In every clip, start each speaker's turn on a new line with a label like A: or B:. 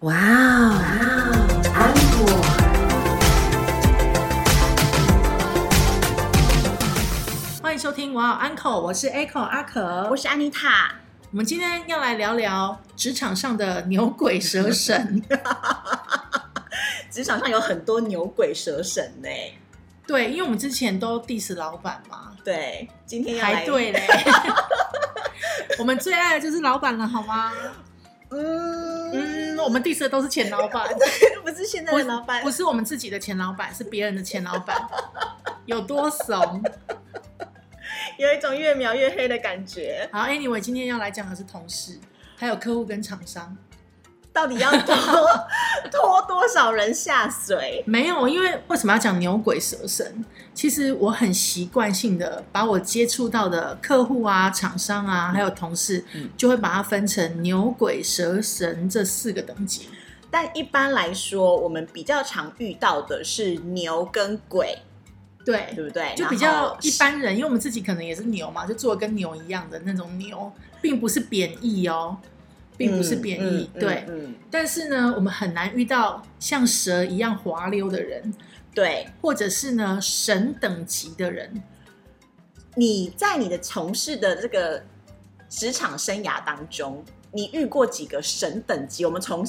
A: 哇哦，安可！欢迎收听哇哦安可，我是 Echo 阿可，
B: 我是安妮塔。
A: 我们今天要来聊聊职场上的牛鬼 蛇神。
B: 职场上有很多牛鬼蛇神呢、
A: 对，因为我们之前都 diss 老板嘛，
B: 对，今天要来
A: 还 对嘞。我们最爱的就是老板了，好吗？
B: 嗯，
A: 嗯，我们 diss 的都是前老 板，
B: 不是现在的老板
A: 不，是我们自己的前老板，是别人的前老 板，有多怂？
B: 有一种越描越黑的感觉。
A: 好，Anyway，今天要来讲的是同事，还有客户跟厂商。
B: 到底要 拖拖多少人下水？
A: 没有，因为为什么要讲牛鬼蛇神？其实我很习惯性的把我接触到的客户啊、厂商啊，还有同事，
B: 嗯
A: 就会把它分成牛鬼蛇神这四个等级。
B: 但一般来说，我们比较常遇到的是牛跟鬼，
A: 对
B: 对，不对？
A: 就比
B: 然
A: 较
B: 后
A: 一般人，因为我们自己可能也是牛嘛，就做得跟牛一样的那种牛，并不是贬义哦，并不是贬义，
B: 嗯嗯
A: 对。
B: 嗯，
A: 但是呢，我们很难遇到像蛇一样滑溜的人，
B: 对。
A: 或者是呢神等级的人。
B: 你在你的从事的这个职场生涯当中，你遇过几个神等级？我们从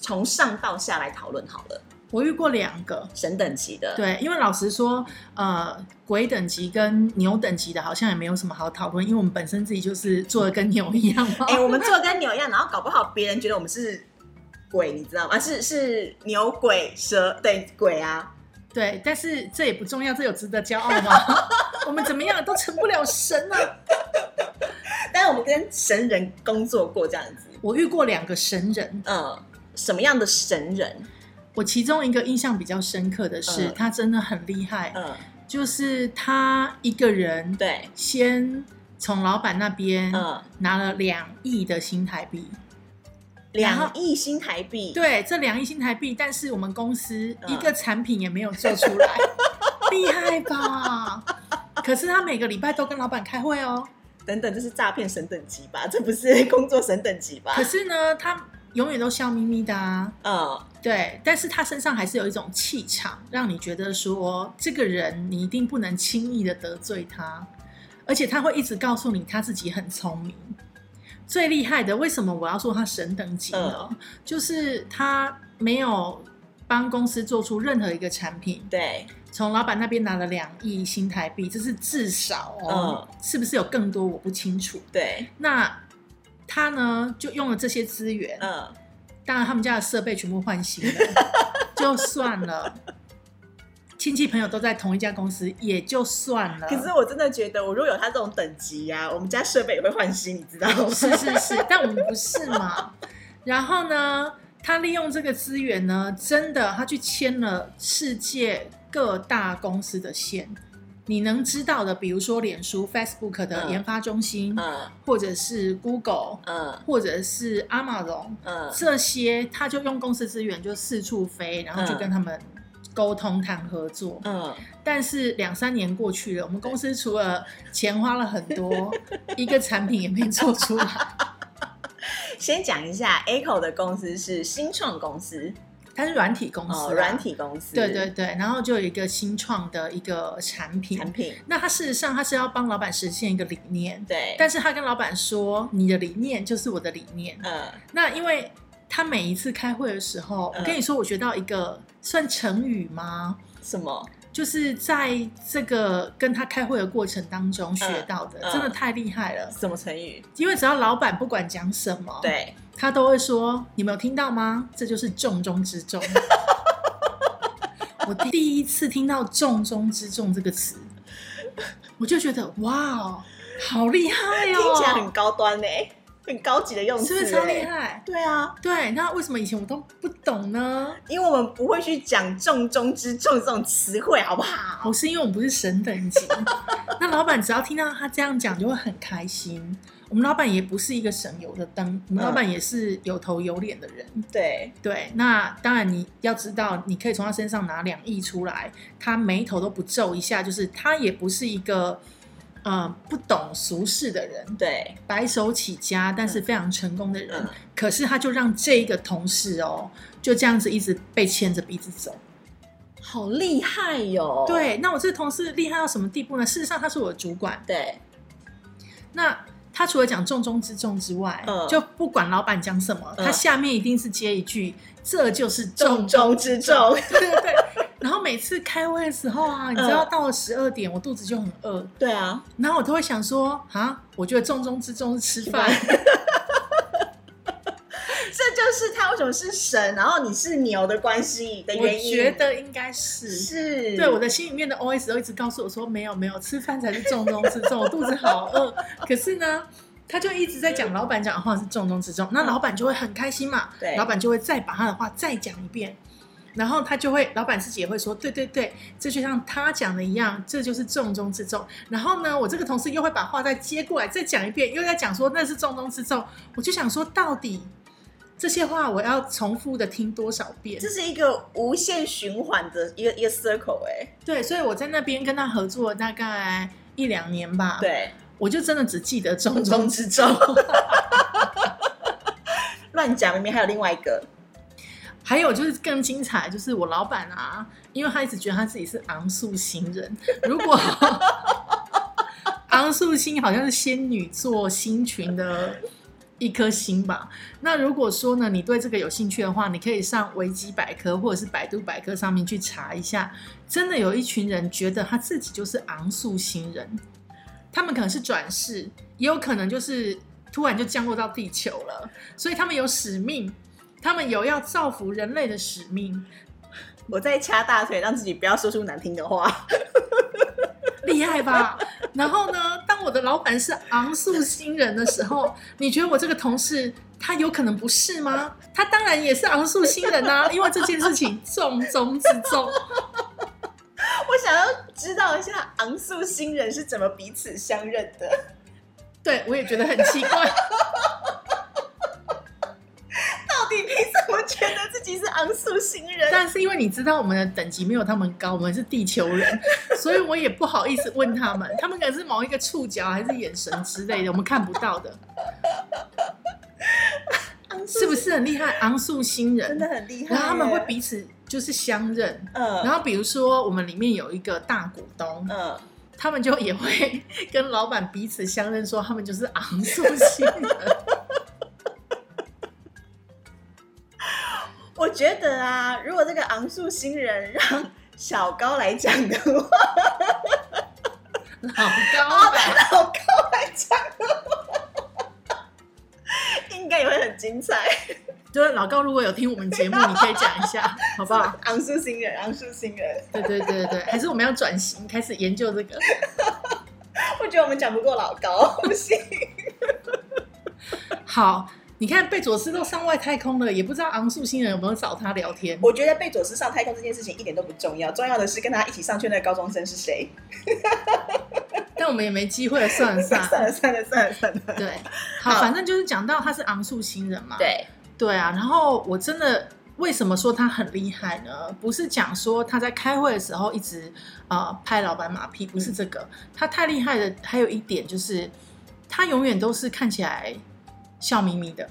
B: 从上到下来讨论好了，
A: 我遇过两个，
B: 神等级的，，
A: 对，因为老实说，呃，鬼等级跟牛等级的好像也没有什么好讨论，因为我们本身自己就是做的跟牛一样嘛。
B: 哎、我们做跟牛一样，然后搞不好别人觉得我们是鬼，你知道吗？啊是是牛鬼蛇对鬼啊，
A: 对，但是这也不重要，这有值得骄傲吗？ 我们怎么样都成不了神啊！
B: 但是我们跟神人工作过这样子，
A: 我遇过两个神人，
B: 嗯，什么样的神人？
A: 我其中一个印象比较深刻的是，
B: 嗯
A: 他真的很厉害，
B: 嗯，
A: 就是他一个人
B: 对，
A: 先从老板那边
B: 嗯，
A: 拿了两亿的新台币。然后
B: 两亿新台币，，
A: 对，这两亿新台币，但是我们公司
B: 嗯
A: 一个产品也没有做出来，厉害吧？可是他每个礼拜都跟老板开会哦。
B: 等等，这是诈骗神等级吧？这不是工作神等级吧？
A: 可是呢，他永远都笑眯眯的啊。
B: 嗯，
A: 对，但是他身上还是有一种气场，让你觉得说这个人你一定不能轻易的得罪他，而且他会一直告诉你他自己很聪明。最厉害的，为什么我要说他神等级呢？就是他没有帮公司做出任何一个产品，
B: 对，
A: 从老板那边拿了两亿新台币，这是至少哦，
B: 嗯
A: 是不是有更多我不清楚。
B: 对，
A: 那他呢，就用了这些资源，
B: 嗯，
A: 当然他们家的设备全部换新了，就算了。亲戚朋友都在同一家公司，也就算了。
B: 可是我真的觉得，我如果有他这种等级呀、我们家设备也会换新，你知道吗？
A: 是是是，但我们不是嘛。然后呢，他利用这个资源呢，真的他去签了世界各大公司的线。你能知道的，比如说脸书、Facebook 的
B: 嗯
A: 研发中心，
B: 嗯
A: 或者是 Google，
B: 嗯
A: 或者是 Amazon，
B: 嗯
A: 这些他就用公司资源就四处飞，然后就
B: 嗯
A: 跟他们沟通谈合作。
B: 嗯，
A: 但是两三年过去了，我们公司除了钱花了很 多，一个产品也没做出来。
B: 先讲一下，Echo 的公司是新创公司
A: 它是软体公司啊、
B: 哦，软体公司，
A: 对对对，然后就有一个新创的一个产品。
B: 产品，
A: 那它事实上它是要帮老板实现一个理念，
B: 对，
A: 但是他跟老板说：“你的理念就是我的理念。”
B: 嗯
A: 那因为他每一次开会的时候，
B: 嗯
A: 我跟你说，我学到一个算成语吗？
B: 什么？
A: 就是在这个跟他开会的过程当中学到的，
B: 嗯嗯
A: 真的太厉害了。
B: 什么成语？
A: 因为只要老板不管讲什么，
B: 对，
A: 他都会说：“你们有听到吗？这就是重中之重。”我第一次听到“重中之重”这个词，我就觉得哇哦，好厉害
B: 听
A: 哦！
B: 起来很高端呢、很高级的用
A: 是
B: 词、
A: 不
B: 欸，
A: 是超厉？害？
B: 对啊，
A: 对，那为什么以前我都不懂呢？
B: 因为我们不会去讲“重中之重”这种词汇，好不好？
A: 不哦是因为我们不是神等级，那老板只要听到他这样讲就会很开心。我们老板也不是一个省油的灯，我们老板也是有头有脸的人。
B: 对，
A: 对，那当然你要知道，你可以从他身上拿两亿出来，他眉头都不皱一下，就是他也不是一个呃不懂俗世的人，
B: 对，
A: 白手起家但是非常成功的人，
B: 嗯
A: 可是他就让这一个同事哦，就这样子一直被牵着鼻子走。
B: 好厉害哟、
A: 对，那我这个同事厉害到什么地步呢？事实上，他是我的主管。
B: 对，
A: 那他除了讲重中之重之外，
B: 嗯
A: 就不管老板讲什么，
B: 嗯
A: 他下面一定是接一句：“这就是重
B: 重中
A: 中
B: 之重，
A: 对对对。然后每次开会的时候
B: 嗯
A: 啊，你知道到了十二点，我肚子就很饿，
B: 对啊，
A: 然后我都会想说啊，我觉得重中之重是吃 饭，
B: 这就是他为什么是神，然后你是牛的关系的
A: 我
B: 原因。
A: 觉得应该是。
B: 是
A: 对我的心里面的 OS 都一直告诉我说，没有没有，吃饭才是重中之重，我肚子好饿。可是呢，他就一直在讲老板讲的话是重中之重，那老板就会很开心嘛，
B: 对
A: 老板就会再把他的话再讲一遍，然后他就会，老板自己也会说，对对对，这就像他讲的一样，这就是重中之重。然后呢，我这个同事又会把话再接过来再讲一遍，又在讲说那是重中之重。我就想说，到底这些话我要重复的听多少遍
B: 这？是一个无限循环的一个一个 circle 哎、
A: 对，所以我在那边跟他合作大概一两年吧，，
B: 对，
A: 我就真的只记得啊重中
B: 中之重。 乱讲，明明还有另外一个，
A: 还有就是更精彩，就是我老板啊，因为他一直觉得他自己是昂素星人，如果昂素星好像是仙女座星群的一颗星吧，那如果说呢，你对这个有兴趣的话，你可以上维基百科或者是百度百科上面去查一下，真的有一群人觉得他自己就是昂素星人，他们可能是转世，也有可能就是突然就降落到地球了，所以他们有使命，他们有要造福人类的使命，
B: 我在掐大腿，让自己不要说出难听的话。
A: 厉害吧？然后呢，当我的老板是昂素星人的时候，你觉得我这个同事他有可能不是吗？他当然也是昂素星人啊，因为这件事情重中之重。
B: 我想要知道一下昂素星人是怎么彼此相认的。
A: 对我也觉得很奇怪。
B: 到底凭什么觉得自己是昂素星人？
A: 但是因为你知道我们的等级没有他们高，我们是地球人，所以我也不好意思问他们，他们可能是某一个触角还是眼神之类的，我们看不到的，
B: 昂素
A: 是不是很厉害？昂素星人，
B: 真的很厉害耶？
A: 然后他们会彼此就是相认。
B: 嗯，
A: 然后比如说我们里面有一个大股东，
B: 嗯，
A: 他们就也会 跟老板彼此相认，说他们就是昂素星人。
B: 我觉得啊，如果这个昂素星人让小高来讲的 话，
A: 老高吧，
B: 老高来讲的话，应该也会很精彩。
A: 就是老高，如果有听我们节目，你可以讲一下，好不好？
B: 昂素星人，昂素星人，
A: 对对对对对，还是我们要转型，开始研究这个。
B: 我觉得我们讲不过老高，不行。
A: 好，你看贝佐斯都上外太空了，也不知道昂素星人有没有找他聊天。
B: 我觉得被佐斯上太空这件事情一点都不重要，重要的是跟他一起上去那个高中生是谁。
A: 但我们也没机会，算了算
B: 算
A: 了。
B: 了算了算了算了，
A: 对，好，
B: 好
A: 反正就是讲到他是昂素星人嘛。。
B: 对，
A: 对啊，然后我真的为什么说他很厉害呢？不是讲说他在开会的时候一直呃拍老板马屁，不是这个。他太厉害的还有一点就是，他永远都是看起来笑眯眯的。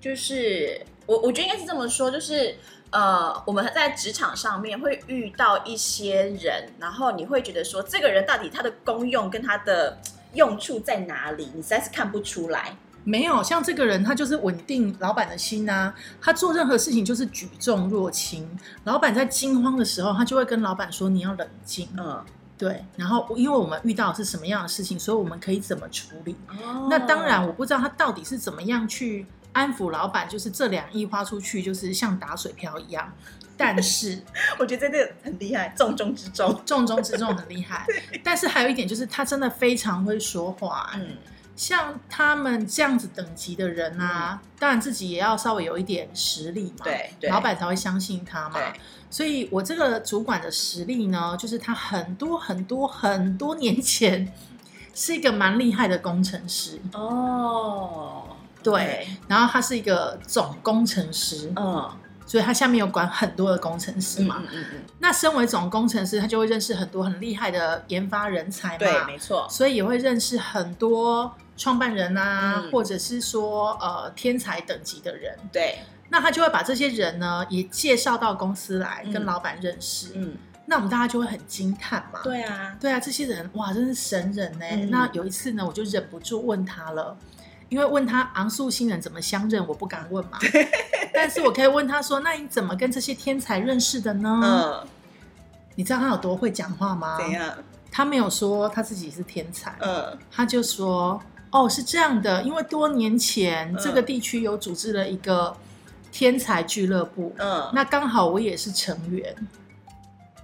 B: 就是我我觉得应该是这么说，就是呃，我们在职场上面会遇到一些人，然后你会觉得说，这个人到底他的功用跟他的用处在哪里，你实在是看不出来。
A: 没有像这个人，他就是稳定老板的心啊，他做任何事情就是举重若轻。老板在惊慌的时候，他就会跟老板说：“你要冷静。
B: 嗯，”
A: 对，然后因为我们遇到的是什么样的事情，所以我们可以怎么处理。
B: 哦
A: 那当然，我不知道他到底是怎么样去安抚老板，就是这两亿花出去，就是像打水漂一样。但是
B: 我觉得这个很厉害，重中之重。
A: 重中之重很厉害，但是还有一点就是他真的非常会说话、
B: 嗯，
A: 像他们这样子等级的人啊，当然自己也要稍微有一点实力
B: 嗯
A: 嘛，
B: 对对
A: 老板才会相信他嘛。
B: 对，
A: 所以我这个主管的实力呢，就是他很多很多很多年前 是一个蛮厉害的工程师，
B: 哦，
A: 对，然后他是一个总工程师，
B: 嗯，
A: 所以他下面有管很多的工程师
B: 嗯
A: 嘛。
B: 嗯嗯嗯，
A: 那身为总工程师，他就会认识很多很厉害的研发人才嘛，
B: 对，没错，
A: 所以也会认识很多创办人啊，
B: 嗯
A: 或者是说呃天才等级的人。
B: 对，
A: 那他就会把这些人呢也介绍到公司来
B: 嗯
A: 跟老板认识，
B: 嗯，
A: 那我们大家就会很惊叹嘛。
B: 对啊，
A: 对啊，这些人哇，真是神人呢、
B: 嗯
A: 那有一次呢，我就忍不住问他了，因为问他昂素星人怎么相认，我不敢问嘛。 但是我可以问他说：“那你怎么跟这些天才认识的呢？”
B: 嗯，
A: 你知道他有多会讲话吗？
B: 怎样？
A: 他没有说他自己是天才，
B: 嗯
A: 他就说：“哦，是这样的，因为多年前、
B: 嗯
A: 这个地区有组织了一个天才俱乐部，
B: 嗯，
A: 那刚好我也是成员，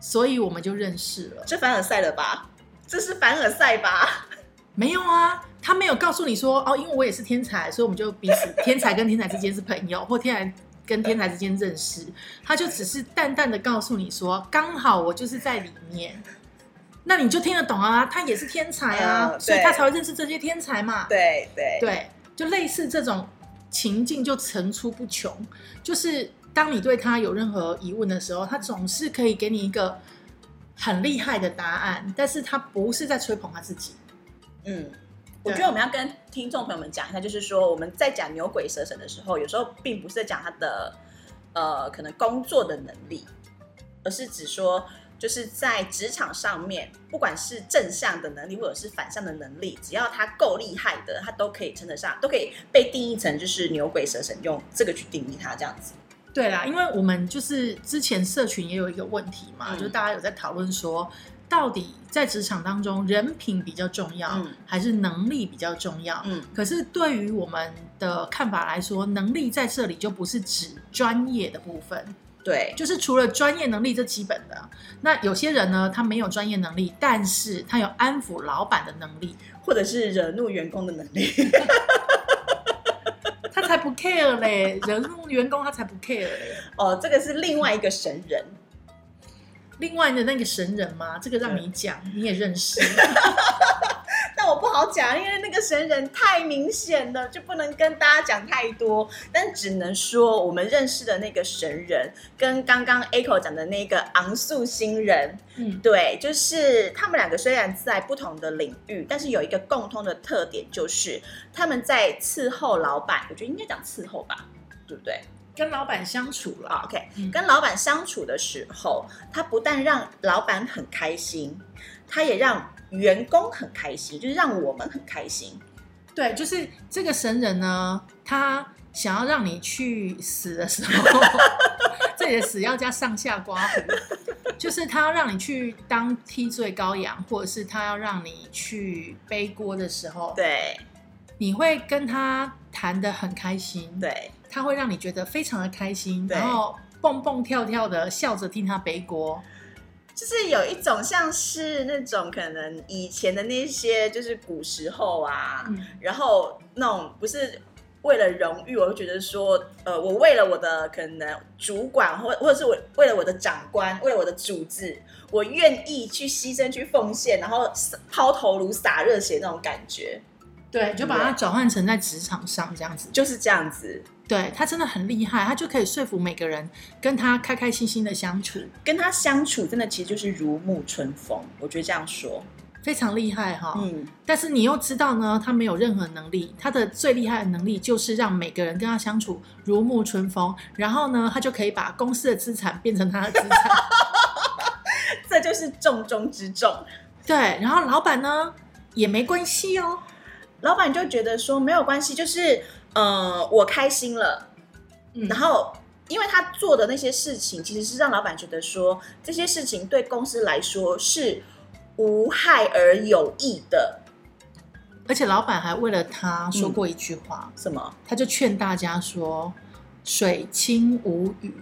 A: 所以我们就认识了。”
B: 这凡尔赛了吧？这是凡尔赛吧？
A: 没有啊，他没有告诉你说哦，因为我也是天才，所以我们就彼此天才跟天才之间是朋友，或天才跟天才之间认识。他就只是淡淡的告诉你说，刚好我就是在里面，那你就听得懂啊，他也是天才啊，
B: 嗯
A: 所以他
B: 对
A: 才会认识这些天才嘛。
B: 对对
A: 对，就类似这种情境就层出不穷。就是当你对他有任何疑问的时候，他总是可以给你一个很厉害的答案，但是他不是在吹捧他自己。
B: 嗯，我觉得我们要跟听众朋友们讲一下，就是说我们在讲牛鬼蛇神的时候，有时候并不是在讲他的呃可能工作的能力，而是指说就是在职场上面，不管是正向的能力或者是反向的能力，只要他够厉害的，他都可以称得上，都可以被定义成就是牛鬼蛇神，用这个去定义他这样子。
A: 对啦，因为我们就是之前社群也有一个问题嘛，
B: 嗯
A: 就大家有在讨论说，到底在职场当中，人品比较重要，
B: 嗯
A: 还是能力比较重要？
B: 嗯
A: 可是对于我们的看法来说，能力在这里就不是指专业的部分，
B: 对，
A: 就是除了专业能力这基本的，那有些人呢，他没有专业能力，但是他有安抚老板的能力，
B: 或者是惹怒员工的能力。
A: 他才不 care 嘞， 人入员工他才不 care 嘞。
B: 哦，这个是另外一个神人。
A: 另外的那个神人嘛，这个让你讲，你也认识。
B: 但我不好讲，因为那个神人太明显了，就不能跟大家讲太多。但只能说，我们认识的那个神人，跟刚刚 Echo 讲的那个昂素星人，
A: 嗯，
B: 对，就是他们两个虽然在不同的领域，但是有一个共通的特点，就是他们在伺候老板。我觉得应该讲伺候吧，对不对？
A: 跟老板相处
B: 啊
A: 啦，
B: ，OK，
A: 嗯
B: 跟老板相处的时候，他不但让老板很开心，他也让员工很开心，就是让我们很开心。
A: 对，就是这个神人呢，他想要让你去死的时候， 这里的死要加上下刮胡，就是他要让你去当替罪羔羊，或者是他要让你去背锅的时候，
B: 对
A: 你会跟他谈得很开心，，
B: 对
A: 他会让你觉得非常的开心，
B: 对
A: 然后蹦蹦跳跳的笑着听他背锅，
B: 就是有一种像是那种可能以前的那些，就是古时候啊，
A: 嗯，
B: 然后那种不是为了荣誉，我会觉得说，呃，我为了我的可能主管，或或者是我为了我的长官，为了我的主治，我愿意去牺牲、去奉献，然后洒抛头颅、洒热血那种感觉，
A: 对，就把它转换成在职场上这样子，
B: 就是这样子。
A: 对他真的很厉害，他就可以说服每个人跟他开开心心的相处，
B: 跟他相处，真的其实就是如沐春风，我觉得这样说，
A: 非常厉害哈、
B: 嗯，
A: 但是你又知道呢，他没有任何能力，他的最厉害的能力就是让每个人跟他相处如沐春风，然后呢，他就可以把公司的资产变成他的资产。
B: 这就是重中之重。
A: 对，然后老板呢也没关系哦，
B: 老板就觉得说没有关系，就是呃我开心了，
A: 嗯
B: 然后因为他做的那些事情，其实是让老板觉得说这些事情对公司来说是无害而有益的。
A: 而且老板还为了他说过一句话，
B: 什么？
A: 他就劝大家说：“水清无鱼”，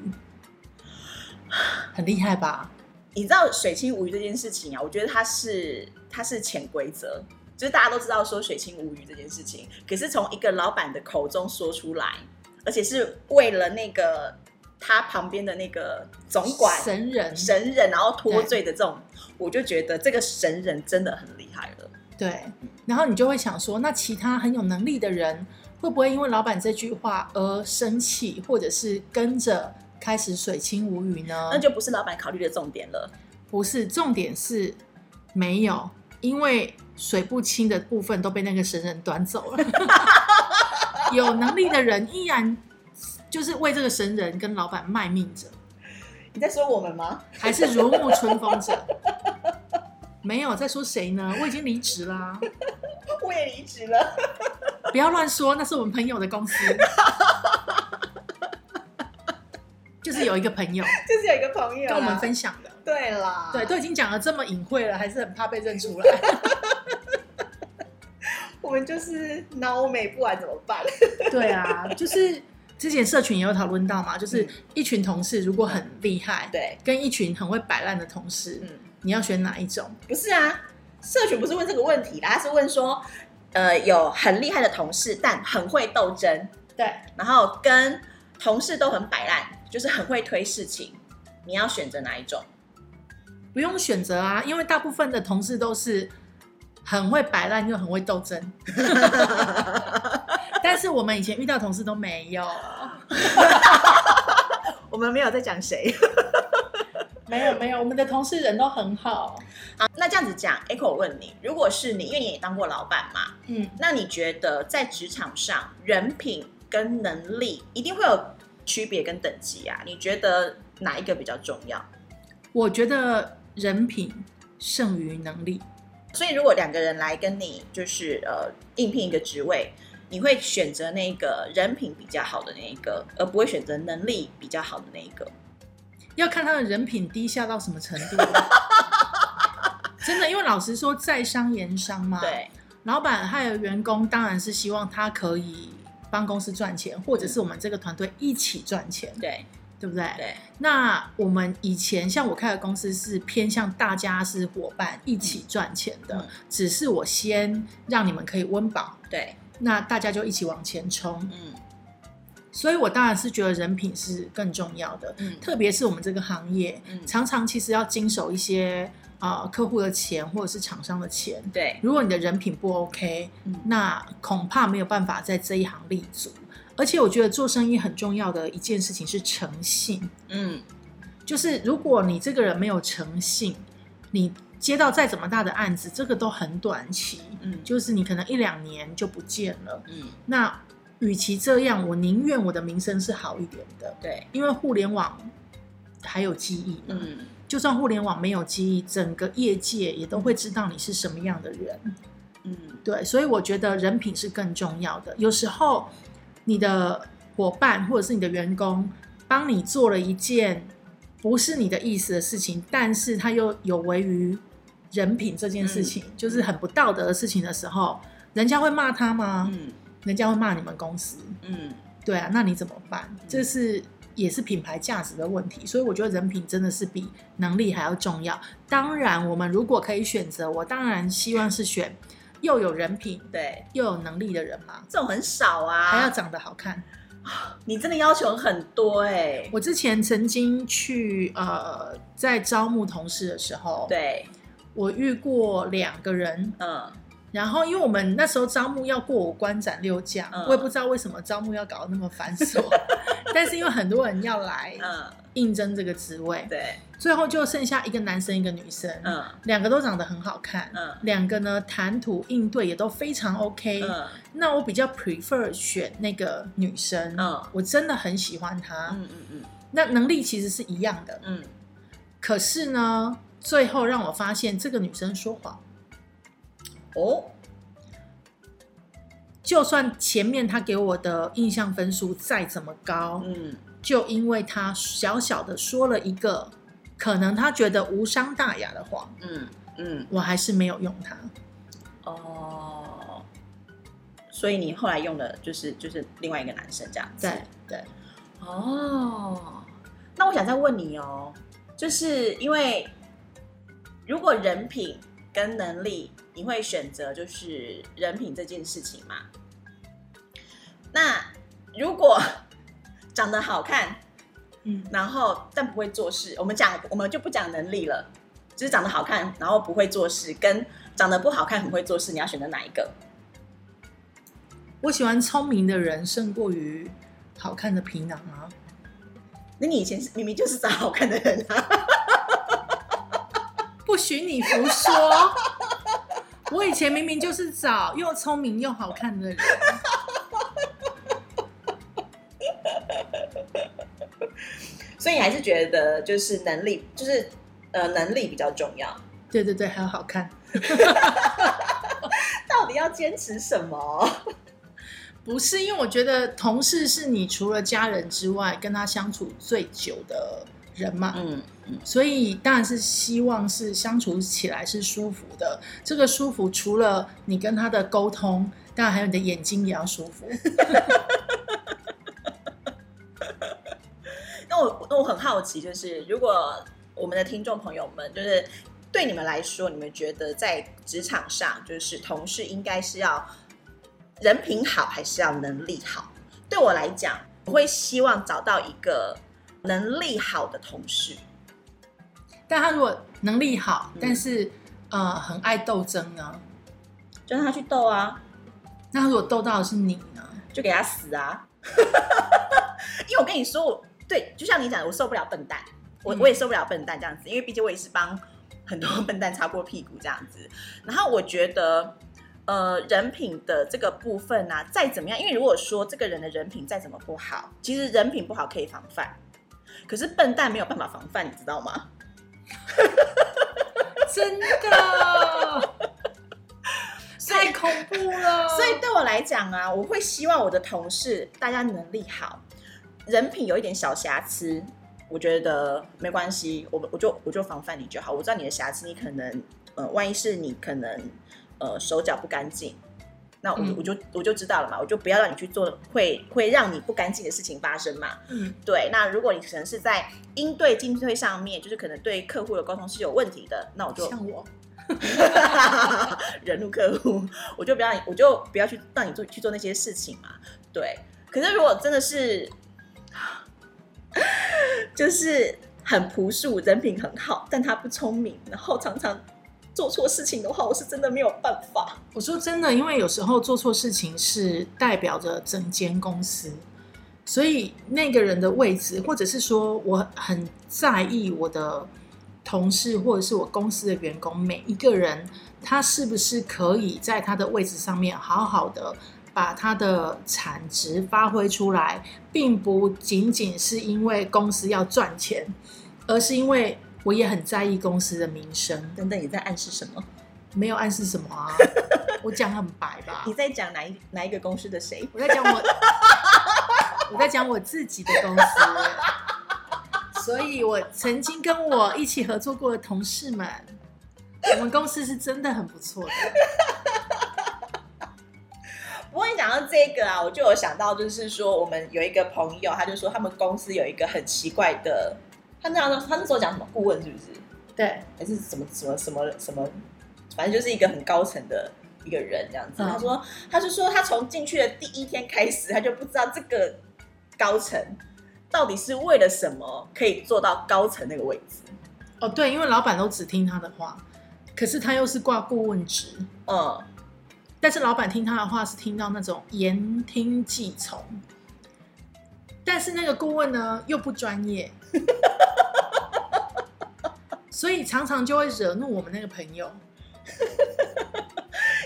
A: 很厉害吧？
B: 你知道水清无鱼这件事情啊？我觉得它是它是潜规则，就是大家都知道说水清无鱼这件事情，可是从一个老板的口中说出来，而且是为了那个他旁边的那个总管
A: 神人，
B: 神人，然后脱罪的这种，我就觉得这个神人真的很厉害了。
A: 对，然后你就会想说，那其他很有能力的人会不会因为老板这句话而生气，或者是跟着开始水清无鱼呢？
B: 那就不是老板考虑的重点了。
A: 不是重点是没有，因为水不清的部分都被那个神人端走了。 有能力的人依然就是为这个神人跟老板卖命着，
B: 你在说我们吗？
A: 还是如沐春风着。 没有在说谁呢？我已经离职啦、
B: 我也离职了。
A: 不要乱说，那是我们朋友的公司。就是有一个朋友
B: 就是有一个朋友
A: 跟我们
B: 享，
A: 分享的，
B: 对啦，
A: 对，都已经讲的这么隐晦了，还是很怕被认 出来。
B: 我们就是挠美不然怎么办？
A: 对啊，就是之前社群也有讨论到嘛，就是
B: 嗯
A: 一群同事如果很厉害，
B: 对，
A: 跟一群很会摆烂的同事，
B: 嗯，
A: 你要选哪一种？
B: 不是啊，社群不是问这个问题啦，他是问说，呃，有很厉害的同事，但很会斗争，
A: 对，
B: 然后跟同事都很摆烂，就是很会推事情，你要选择哪一种？
A: 不用选择啊，因为大部分的同事都是很会摆烂又很会 斗争。但是我们以前遇到的同事都没有，
B: 我们没有在讲谁
A: 没有没有，我们的同事人都很好。
B: 好，啊那这样子讲，Echo 我问你，如果是你，因为你也当过老板嘛，
A: 嗯，
B: 那你觉得在职场上，人品跟能力一定会有区别跟等级啊？你觉得哪一个比较重要？
A: 我觉得人品胜于能力。
B: 所以如果两个人来跟你就是呃应聘一个职位，你会选择那个人品比较好的那一个，而不会选择能力比较好的那一个。
A: 要看他的人品低下到什么程 度。真的，因为老实说，在商言商嘛，，
B: 对，
A: 老板还有员工，当然是希望他可以帮公司赚钱，或者是我们这个团队一起赚钱，
B: 对，
A: 对不对？
B: 对，
A: 那我们以前像我开的公司是偏向大家是伙伴一起赚钱的，
B: 嗯
A: 只是我先让你们可以温饱，
B: 对，
A: 那大家就一起往前冲。
B: 嗯
A: 所以我当然是觉得人品是更重要的，
B: 嗯
A: 特别是我们这个行业，
B: 嗯，
A: 常常其实要经手一些啊、呃客户的钱或者是厂商的钱。
B: 对，
A: 如果你的人品不 OK，
B: 嗯
A: 那恐怕没有办法在这一行立足。而且我觉得做生意很重要的一件事情是诚信，
B: 嗯
A: 就是如果你这个人没有诚信，你接到再怎么大的案子，这个都很短期，
B: 嗯
A: 就是你可能一两年就不见了。
B: 嗯，
A: 那与其这样，我宁愿我的名声是好一点的，
B: 对，
A: 因为互联网还有记忆嘛。
B: 嗯
A: 就算互联网没有记忆，整个业界也都会知道你是什么样的人。
B: 嗯
A: 对，所以我觉得人品是更重要的。有时候你的伙伴或者是你的员工帮你做了一件不是你的意思的事情，但是他又有违于人品这件
B: 嗯
A: 事情，就是很不道德的事情的时候，人家会骂他吗？
B: 嗯
A: 人家会骂你们公司。
B: 嗯，
A: 对啊，那你怎么办？这是也是品牌价值的问题，所以我觉得人品真的是比能力还要重要。当然，我们如果可以选择，我当然希望是选又有人品
B: 对，
A: 又有能力的人嘛，
B: 这种很少啊，
A: 还要长得好看。
B: 你真的要求很多哎、
A: 我之前曾经去呃在招募同事的时候，
B: 对，
A: 我遇过两个人，
B: 嗯
A: 然后因为我们那时候招募要过五关斩六将，
B: 嗯
A: 我也不知道为什么招募要搞得那么 繁琐，但是因为很多人要来
B: 嗯，
A: 应征这个职位，
B: 对，
A: 最后就剩下一个男生一个女生，
B: 嗯
A: 两个都长得很好看，
B: 嗯
A: 两个呢谈吐应对也都非常 OK、
B: 嗯
A: 那我比较 prefer 选那个女生，
B: 嗯
A: 我真的很喜欢她。
B: 嗯嗯
A: 那能力其实是一样的，
B: 嗯
A: 可是呢，最后让我发现这个女生说谎。
B: 哦，
A: 就算前面她给我的印象分数再怎么高，
B: 嗯
A: 就因为她小小的说了一个可能她觉得无伤大雅的谎，
B: 嗯嗯
A: 我还是没有用她。
B: 哦，所以你后来用的就是就是另外一个男生这样子，
A: 对对，
B: 哦，那我想再问你哦，就是因为如果人品跟能力，你会选择就是人品这件事情嘛？那如果长得好看，
A: 嗯，
B: 然后但不会做事，我们讲我们就不讲能力了，就是长得好看，然后不会做事，跟长得不好看很会做事，你要选择哪一个？
A: 我喜欢聪明的人胜过于好看的皮囊啊。
B: 那你以前是明明就是长好看的人啊，
A: 不许你胡说！我以前明明就是找又聪明又好看的人，
B: 所以你还是觉得就是能力，就是呃能力比较重要。
A: 对对对，还有好看，
B: 到底要坚持什么？
A: 不是因为我觉得同事是你除了家人之外跟他相处最久的人嘛，
B: 嗯，
A: 所以当然是希望是相处起来是舒服的。这个舒服除了你跟他的沟通，当然还有你的眼睛也要舒服。
B: 那我那我很好奇，就是如果我们的听众朋友们，就是对你们来说，你们觉得在职场上，就是同事应该是要人品好，还是要能力好？对我来讲，我会希望找到一个能力好的同事。
A: 但他如果能力好
B: 嗯，
A: 但是呃很爱斗争呢，
B: 就让他去斗啊，
A: 那他如果斗到的是你 呢？
B: 就给他死啊！ 因为我跟你说，我对，就像你讲的，我受不了笨蛋，我、
A: 嗯
B: 我也受不了笨蛋这样子，因为毕竟我也是帮很多笨蛋擦过屁股这样子。然后我觉得，呃，人品的这个部分啊，再怎么样，因为如果说这个人的人品再怎么不好，其实人品不好可以防范，可是笨蛋没有办法防范，你知道吗？
A: 真 的，太恐怖了。
B: 所以对我来讲啊，我会希望我的同事大家能力好，人品有一点小瑕疵，我觉得没关系，我我就我就防范你就好。我知道你的瑕疵，你可能呃，万一是你可能呃手脚不干净，那我就、
A: 嗯
B: 我就我就知道了嘛，我就不要让你去做会会让你不干净的事情发生嘛。
A: 嗯，
B: 对，那如果你可能是在应对进退上面，就是可能对客户的沟通是有问题的，那我就
A: 像我，
B: 人入客户，我就不要你，我就不要去让你做去做那些事情嘛。对，可是如果真的是， 就是很朴素，人品很好，但他不聪明，然后常常做错事情的话，我是真的没有办法。
A: 我说真的，因为有时候做错事情是代表着整间公司，所以那个人的位置，或者是说我很在意我的同事或者是我公司的员工每一个人，他是不是可以在他的位置上面好好的。把他的产值发挥出来，并不仅仅是因为公司要赚钱，而是因为我也很在意公司的名声。
B: 等等，你在暗示什么？
A: 没有暗示什么啊，我讲很白吧
B: 你。在讲哪一哪一个公司的谁？
A: 我在讲我， 我在讲我自己的公司，所以我曾经跟我一起合作过的同事们，我们公司是真的很不错的。
B: 不过你讲到这个啊，我就有想到，就是说我们有一个朋友，他就说他们公司有一个很奇怪的，他那样他那时候讲什么顾问是不是？
A: 对，
B: 还是什么什么什么什么，反正就是一个很高层的一个人这样子。
A: 嗯
B: 他说，他就说他从进去的第一天开始，他就不知道这个高层到底是为了什么可以做到高层那个位置。
A: 哦对，因为老板都只听他的话，可是他又是挂顾问职，
B: 嗯，
A: 但是老板听他的话是听到那种言听计从，但是那个顾问呢又不专业，所以常常就会惹怒我们那个朋友。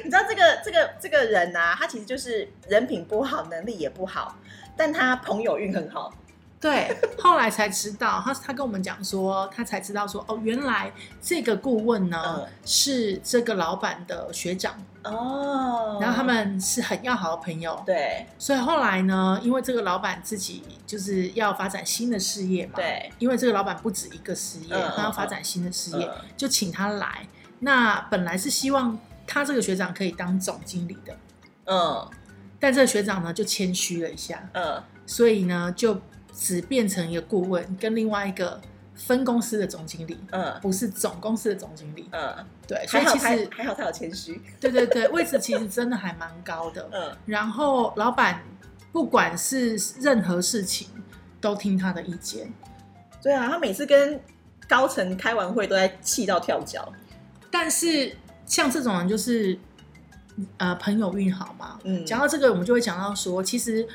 B: 你知道这个这个这个人啊，他其实就是人品不好，能力也不好，但他朋友运很好。
A: 对，后来才知道，他他跟我们讲说，他才知道说，哦，原来这个顾问呢、
B: 嗯
A: 是这个老板的学长，
B: 哦
A: 然后他们是很要好的朋友。
B: 对
A: 所以后来呢，因为这个老板自己就是要发展新的事业嘛，
B: 对，
A: 因为这个老板不止一个事业，
B: 嗯嗯
A: 他要发展新的事业，
B: 嗯
A: 就请他来。那本来是希望他这个学长可以当总经理的，
B: 嗯
A: 但这个学长呢就谦虚了一下，
B: 嗯，
A: 所以呢就只变成一个顾问，跟另外一个分公司的总经理，
B: 嗯
A: 不是总公司的总经理。
B: 嗯，
A: 对，所
B: 还
A: 以
B: 好
A: 其
B: 他
A: 实
B: 还好他有谦虚。
A: 对对对，位置其实真的还蛮高的。
B: 嗯
A: 然后老板不管是任何事情都听他的意见。
B: 对啊，他每次跟高层开完会都在气到跳脚。
A: 但是像这种人就是呃朋友运好嘛，
B: 嗯
A: 讲到这个，我们就会讲到说，其实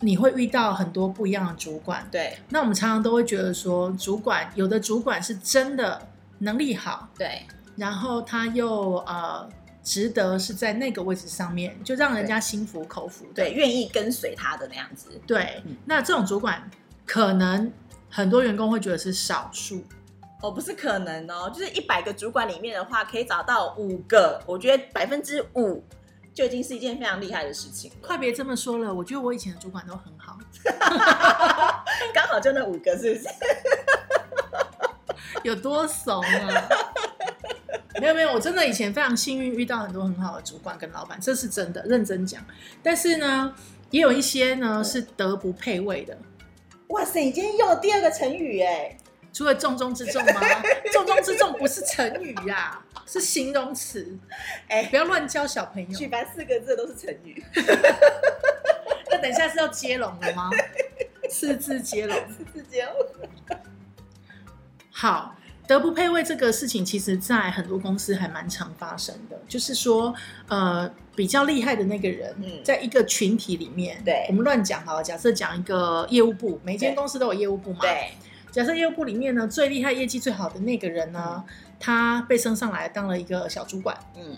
A: 你会遇到很多不一样的主管。
B: 对
A: 那我们常常都会觉得说，主管有的主管是真的能力好，
B: 对
A: 然后他又呃值得是在那个位置上面，就让人家心服口服的。
B: 对，愿意跟随他的那样子。
A: 对
B: 嗯，
A: 那这种主管可能很多员工会觉得是少数，
B: 哦，不是可能哦，就是一百个主管里面的话，可以找到五个，我觉得百分之五就已经是一件非常厉害的事情了。
A: 快别这么说了，我觉得我以前的主管都很好，
B: 刚好就那五个，是不是？
A: 有多怂啊！ 没有没有，我真的以前非常幸运，遇到很多很好的主管跟老板，这是真的，认真讲。但是呢，也有一些呢是德不配位的。
B: 哇塞，你今天用了第二个成语哎，
A: 除了重中之重 吗？重中之重不是成语呀、是形容词。
B: 哎
A: 不要乱教小朋
B: 举
A: 友。
B: 凡四个字都是成语，
A: 那等一下是要接龙了 吗？四字接龙。
B: 直接
A: 好，德不配位这个事情，其实在很多公司还蛮常发生的。就是说，呃，比较厉害的那个人，
B: 嗯
A: 在一个群体里面，
B: 对
A: 我们乱讲好了。假设讲一个业务部，每间
B: 对
A: 公司都有业务部嘛。。
B: 对
A: 假设业务部里面呢，最厉害、业绩最好的那个人呢，他被升上来当了一个小主管，
B: 嗯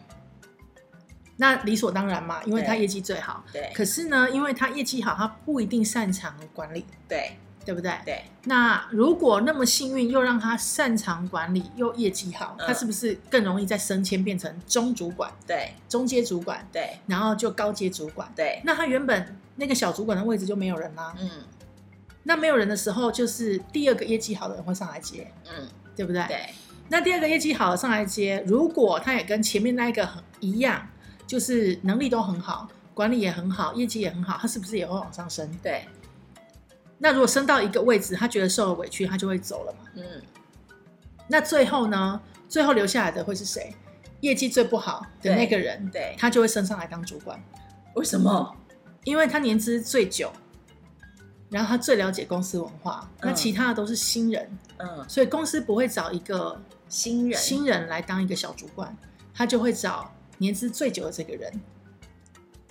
A: 那理所当然嘛，因为
B: 对
A: 他业绩最好。
B: 对
A: 可是呢，因为他业绩好，他不一定擅长管理，
B: 对
A: 对不对？
B: 对
A: 那如果那么幸运，又让他擅长管理，又业绩好，
B: 嗯
A: 他是不是更容易再升迁变成中主管、
B: 对
A: 中阶主管，
B: 对
A: 然后就高阶主管？
B: 对，
A: 那他原本那个小主管的位置就没有人啦。
B: 嗯
A: 那没有人的时候，就是第二个业绩好的人会上来接，
B: 嗯
A: 对不对？
B: 对
A: 那第二个业绩好的上来接，如果他也跟前面那一个很一样，就是能力都很好，管理也很好，业绩也很好，他是不是也会往上升？
B: 对，
A: 那如果升到一个位置，他觉得受了委屈，他就会走了嘛？
B: 嗯
A: 那最后呢？最后留下来的会是谁？业绩最不好的那个人，
B: 对，
A: 他就会升上来当主管，
B: 为什么？
A: 因为他年资最久，然后他最了解公司文化。
B: 嗯
A: 那其他的都是新人，
B: 嗯，
A: 所以公司不会找一个
B: 新人
A: 新人来当一个小主管，他就会找年资最久的这个人。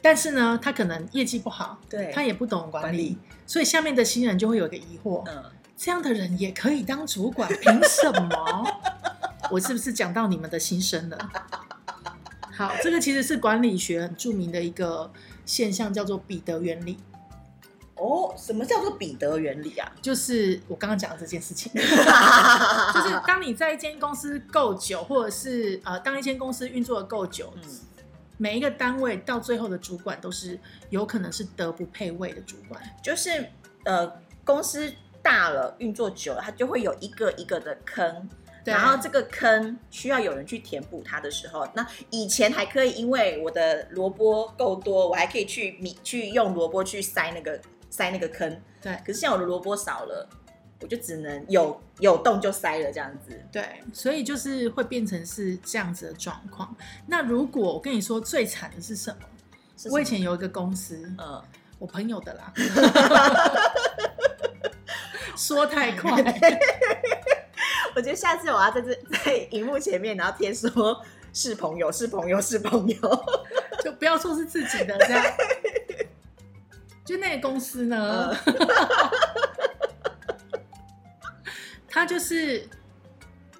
A: 但是呢，他可能业绩不好，
B: 对
A: 他也不懂管理，
B: 管理
A: 所以下面的新人就会有一个疑惑：
B: 嗯
A: 这样的人也可以当主管，凭什么？ 我是不是讲到你们的心声了？好，这个其实是管理学很著名的一个现象，叫做彼得原理，
B: 哦，什么叫做彼得原理 啊？
A: 就是我刚刚讲的这件事 情。就
B: 就是
A: 当你在一间公司够久，或者是呃，当一间公司运作的够久，
B: 嗯
A: 每一个单位到最后的主管都是有可能是德不配位的主管。
B: 就是呃，公司大了，运作久了，它就会有一个一个的坑。
A: 对
B: 然后这个坑需要有人去填补它的时候，那以前还可以，因为我的萝卜够多，我还可以去米去用萝卜去塞那个塞那个坑。
A: 对
B: 可是现在我的萝卜少了，我就只能有有洞就塞了这样子。
A: 对，所以就是会变成是这样子的状况。那如果我跟你说最惨的是什么？
B: 是什么
A: 我以前有一个公司，
B: 嗯，
A: 我朋友的 啦，说太快，
B: 哎我觉得下次我要在这在荧幕前面，然后贴说是朋友，是朋友，是朋友。
A: 就不要说是自己的这样。就那个公司呢，
B: 嗯
A: 他就是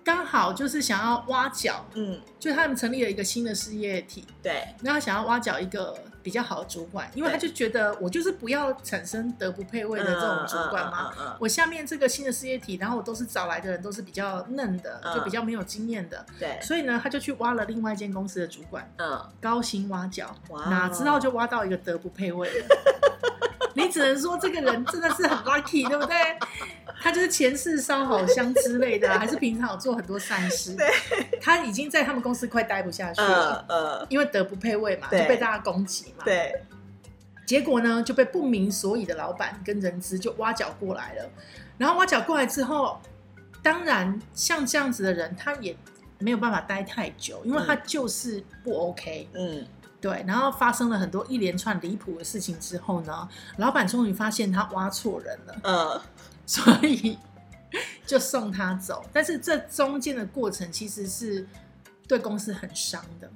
A: 刚好就是想要挖角，
B: 嗯，
A: 就他们成立了一个新的事业体，
B: 对
A: 然后想要挖角一个比较好的主管，因为他就觉得我就是不要产生德不配位的这种主管嘛。
B: 嗯嗯嗯嗯嗯
A: 我下面这个新的事业体，然后我都是找来的人都是比较嫩的，
B: 嗯
A: 就比较没有经验的，
B: 对，
A: 所以呢，他就去挖了另外一间公司的主管，
B: 嗯，
A: 高薪挖角，
B: 哇哦
A: 哪知道就挖到一个德不配 位的。你只能说这个人真的是很 lucky，对不对？他就是前世烧好香之 类的啊，还是平常有做很多善事。他已经在他们公司快待不下去了，
B: 呃呃，
A: 因为德不配位嘛，就
B: 对
A: 被大家攻击嘛。
B: 对，
A: 结果呢，就被不明所以的老板跟人资就挖角过来了。然后挖角过来之后，当然像这样子的人，他也没有办法待太久，因为他就是不 OK、
B: 嗯，
A: 对，然后发生了很多一连串离谱的事情之后呢，老板终于发现他挖错人了，
B: 呃，
A: 所以就送他走。但是这中间的过程其实是对公司很伤的。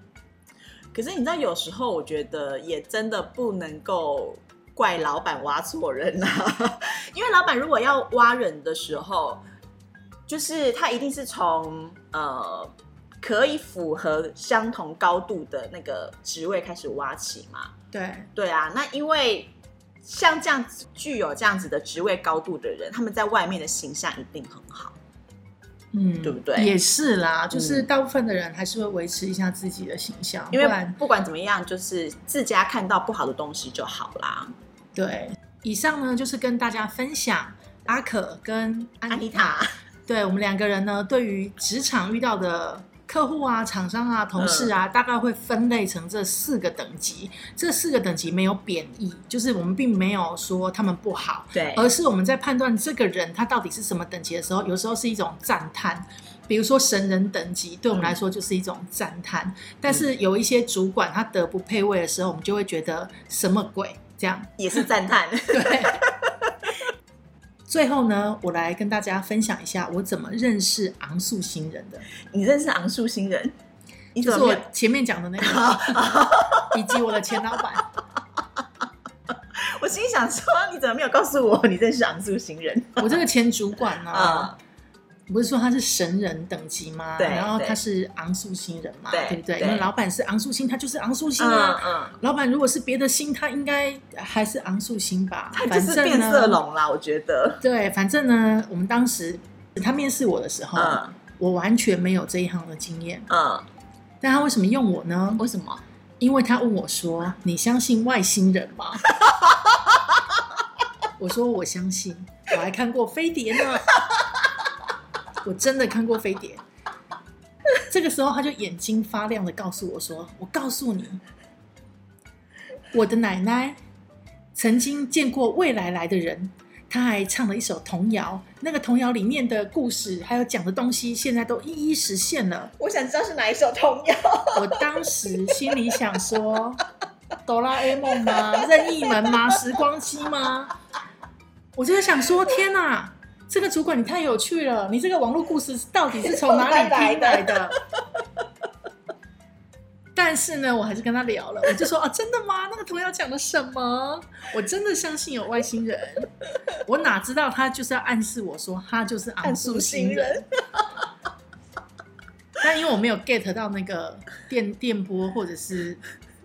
B: 可是你知道，有时候我觉得也真的不能够怪老板挖错人啦、 因为老板如果要挖人的时候，就是他一定是从呃可以符合相同高度的那个职位开始挖起嘛。
A: 对，
B: 对啊，那因为像这样子具有这样子的职位高度的人，他们在外面的形象一定很好。
A: 嗯，
B: 对不对
A: 也是啦，就是大部分的人还是会维持一下自己的形象，
B: 因为
A: 不然
B: 不管怎么样，就是自家看到不好的东西就好啦。
A: 对。以上呢，就是跟大家分享阿可跟安
B: 安
A: 妮
B: 妮
A: 塔
B: 塔，
A: 对我们两个人呢，对于职场遇到的客户啊、厂商啊、同事啊，大概会分类成这四个等级。这四个等级没有贬义，就是我们并没有说他们不好，
B: 对
A: 而是我们在判断这个人他到底是什么等级的时候，有时候是一种赞叹。比如说神人等级，对我们来说就是一种赞叹。但是有一些主管他德不配位的时候，我们就会觉得什么鬼这样。
B: 也是赞叹。
A: 对。最后呢，我来跟大家分享一下我怎么认识昂素新人的，
B: 你认识昂树新人？你
A: 就
B: 怎
A: 是
B: 么没
A: 我
B: 有
A: 前面讲的那个， 以及我的前老板。
B: 我心想说，你怎么没有告诉我你认识昂树新人？
A: 我这个前主管呢、
B: 啊
A: 不是说他是神人等级吗？
B: 对
A: 然后他
B: 对
A: 是昂素新人嘛，
B: 对
A: 对不对？
B: 对
A: 因为老板是昂素新，他就是昂素新啊。
B: 嗯，
A: 老板如果是别的新，他应该还是昂素新吧？
B: 他就
A: 反
B: 是
A: 正
B: 变
A: 呢
B: 色。龙啦，我觉得。
A: 对，反正呢，我们当时他面试我的时候，
B: 嗯
A: 我完全没有这一行的经验。
B: 嗯，
A: 但他为什么用我呢？
B: 为什么？
A: 因为他问我说：“你相信外星人吗？” 我说：“我相信，我还看过飞碟呢， 我真的看过飞碟。”这个时候，他就眼睛发亮的告诉我说：“我告诉你，我的奶奶曾经见过未来来的人，她还唱了一首童谣，那个童谣里面的故事还有讲的东西，现在都一一实现了。”
B: 我想知道是哪一首童谣。
A: 我当时心里想说，哆啦 A 梦吗？任意门吗？时光机吗？我就是想说，天哪、这个主管你太有趣了！你这个网络故事到底是从哪里听来
B: 哪里来
A: 的？ 但是呢，我还是跟他聊了，我就说啊，真的吗？那个童谣讲的什么？我真的相信有外星人。我哪知道他就是要暗示我说他就是昂素星人。但因为我没有 get 到那个电电波或者是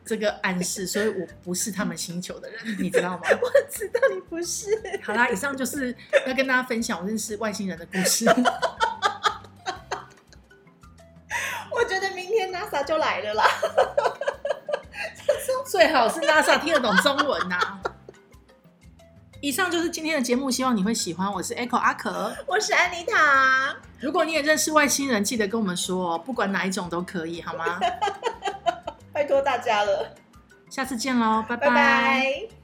A: 这个暗示，所以我不是他们星球的人，你知道吗？
B: 我知道你不是。
A: 好啦，以上就是要跟大家分享我认识外星人的故事。
B: 我觉得明天 NASA 就来了啦。
A: 最好是 NASA 听得懂中文呐、以上就是今天的节目，希望你会喜欢。我是 Echo 阿可，
B: 我是安妮塔，
A: 如果你也认识外星人，记得跟我们说哦，不管哪一种都可以，好吗？
B: 拜托大家了，
A: 下次见喽，
B: 拜拜。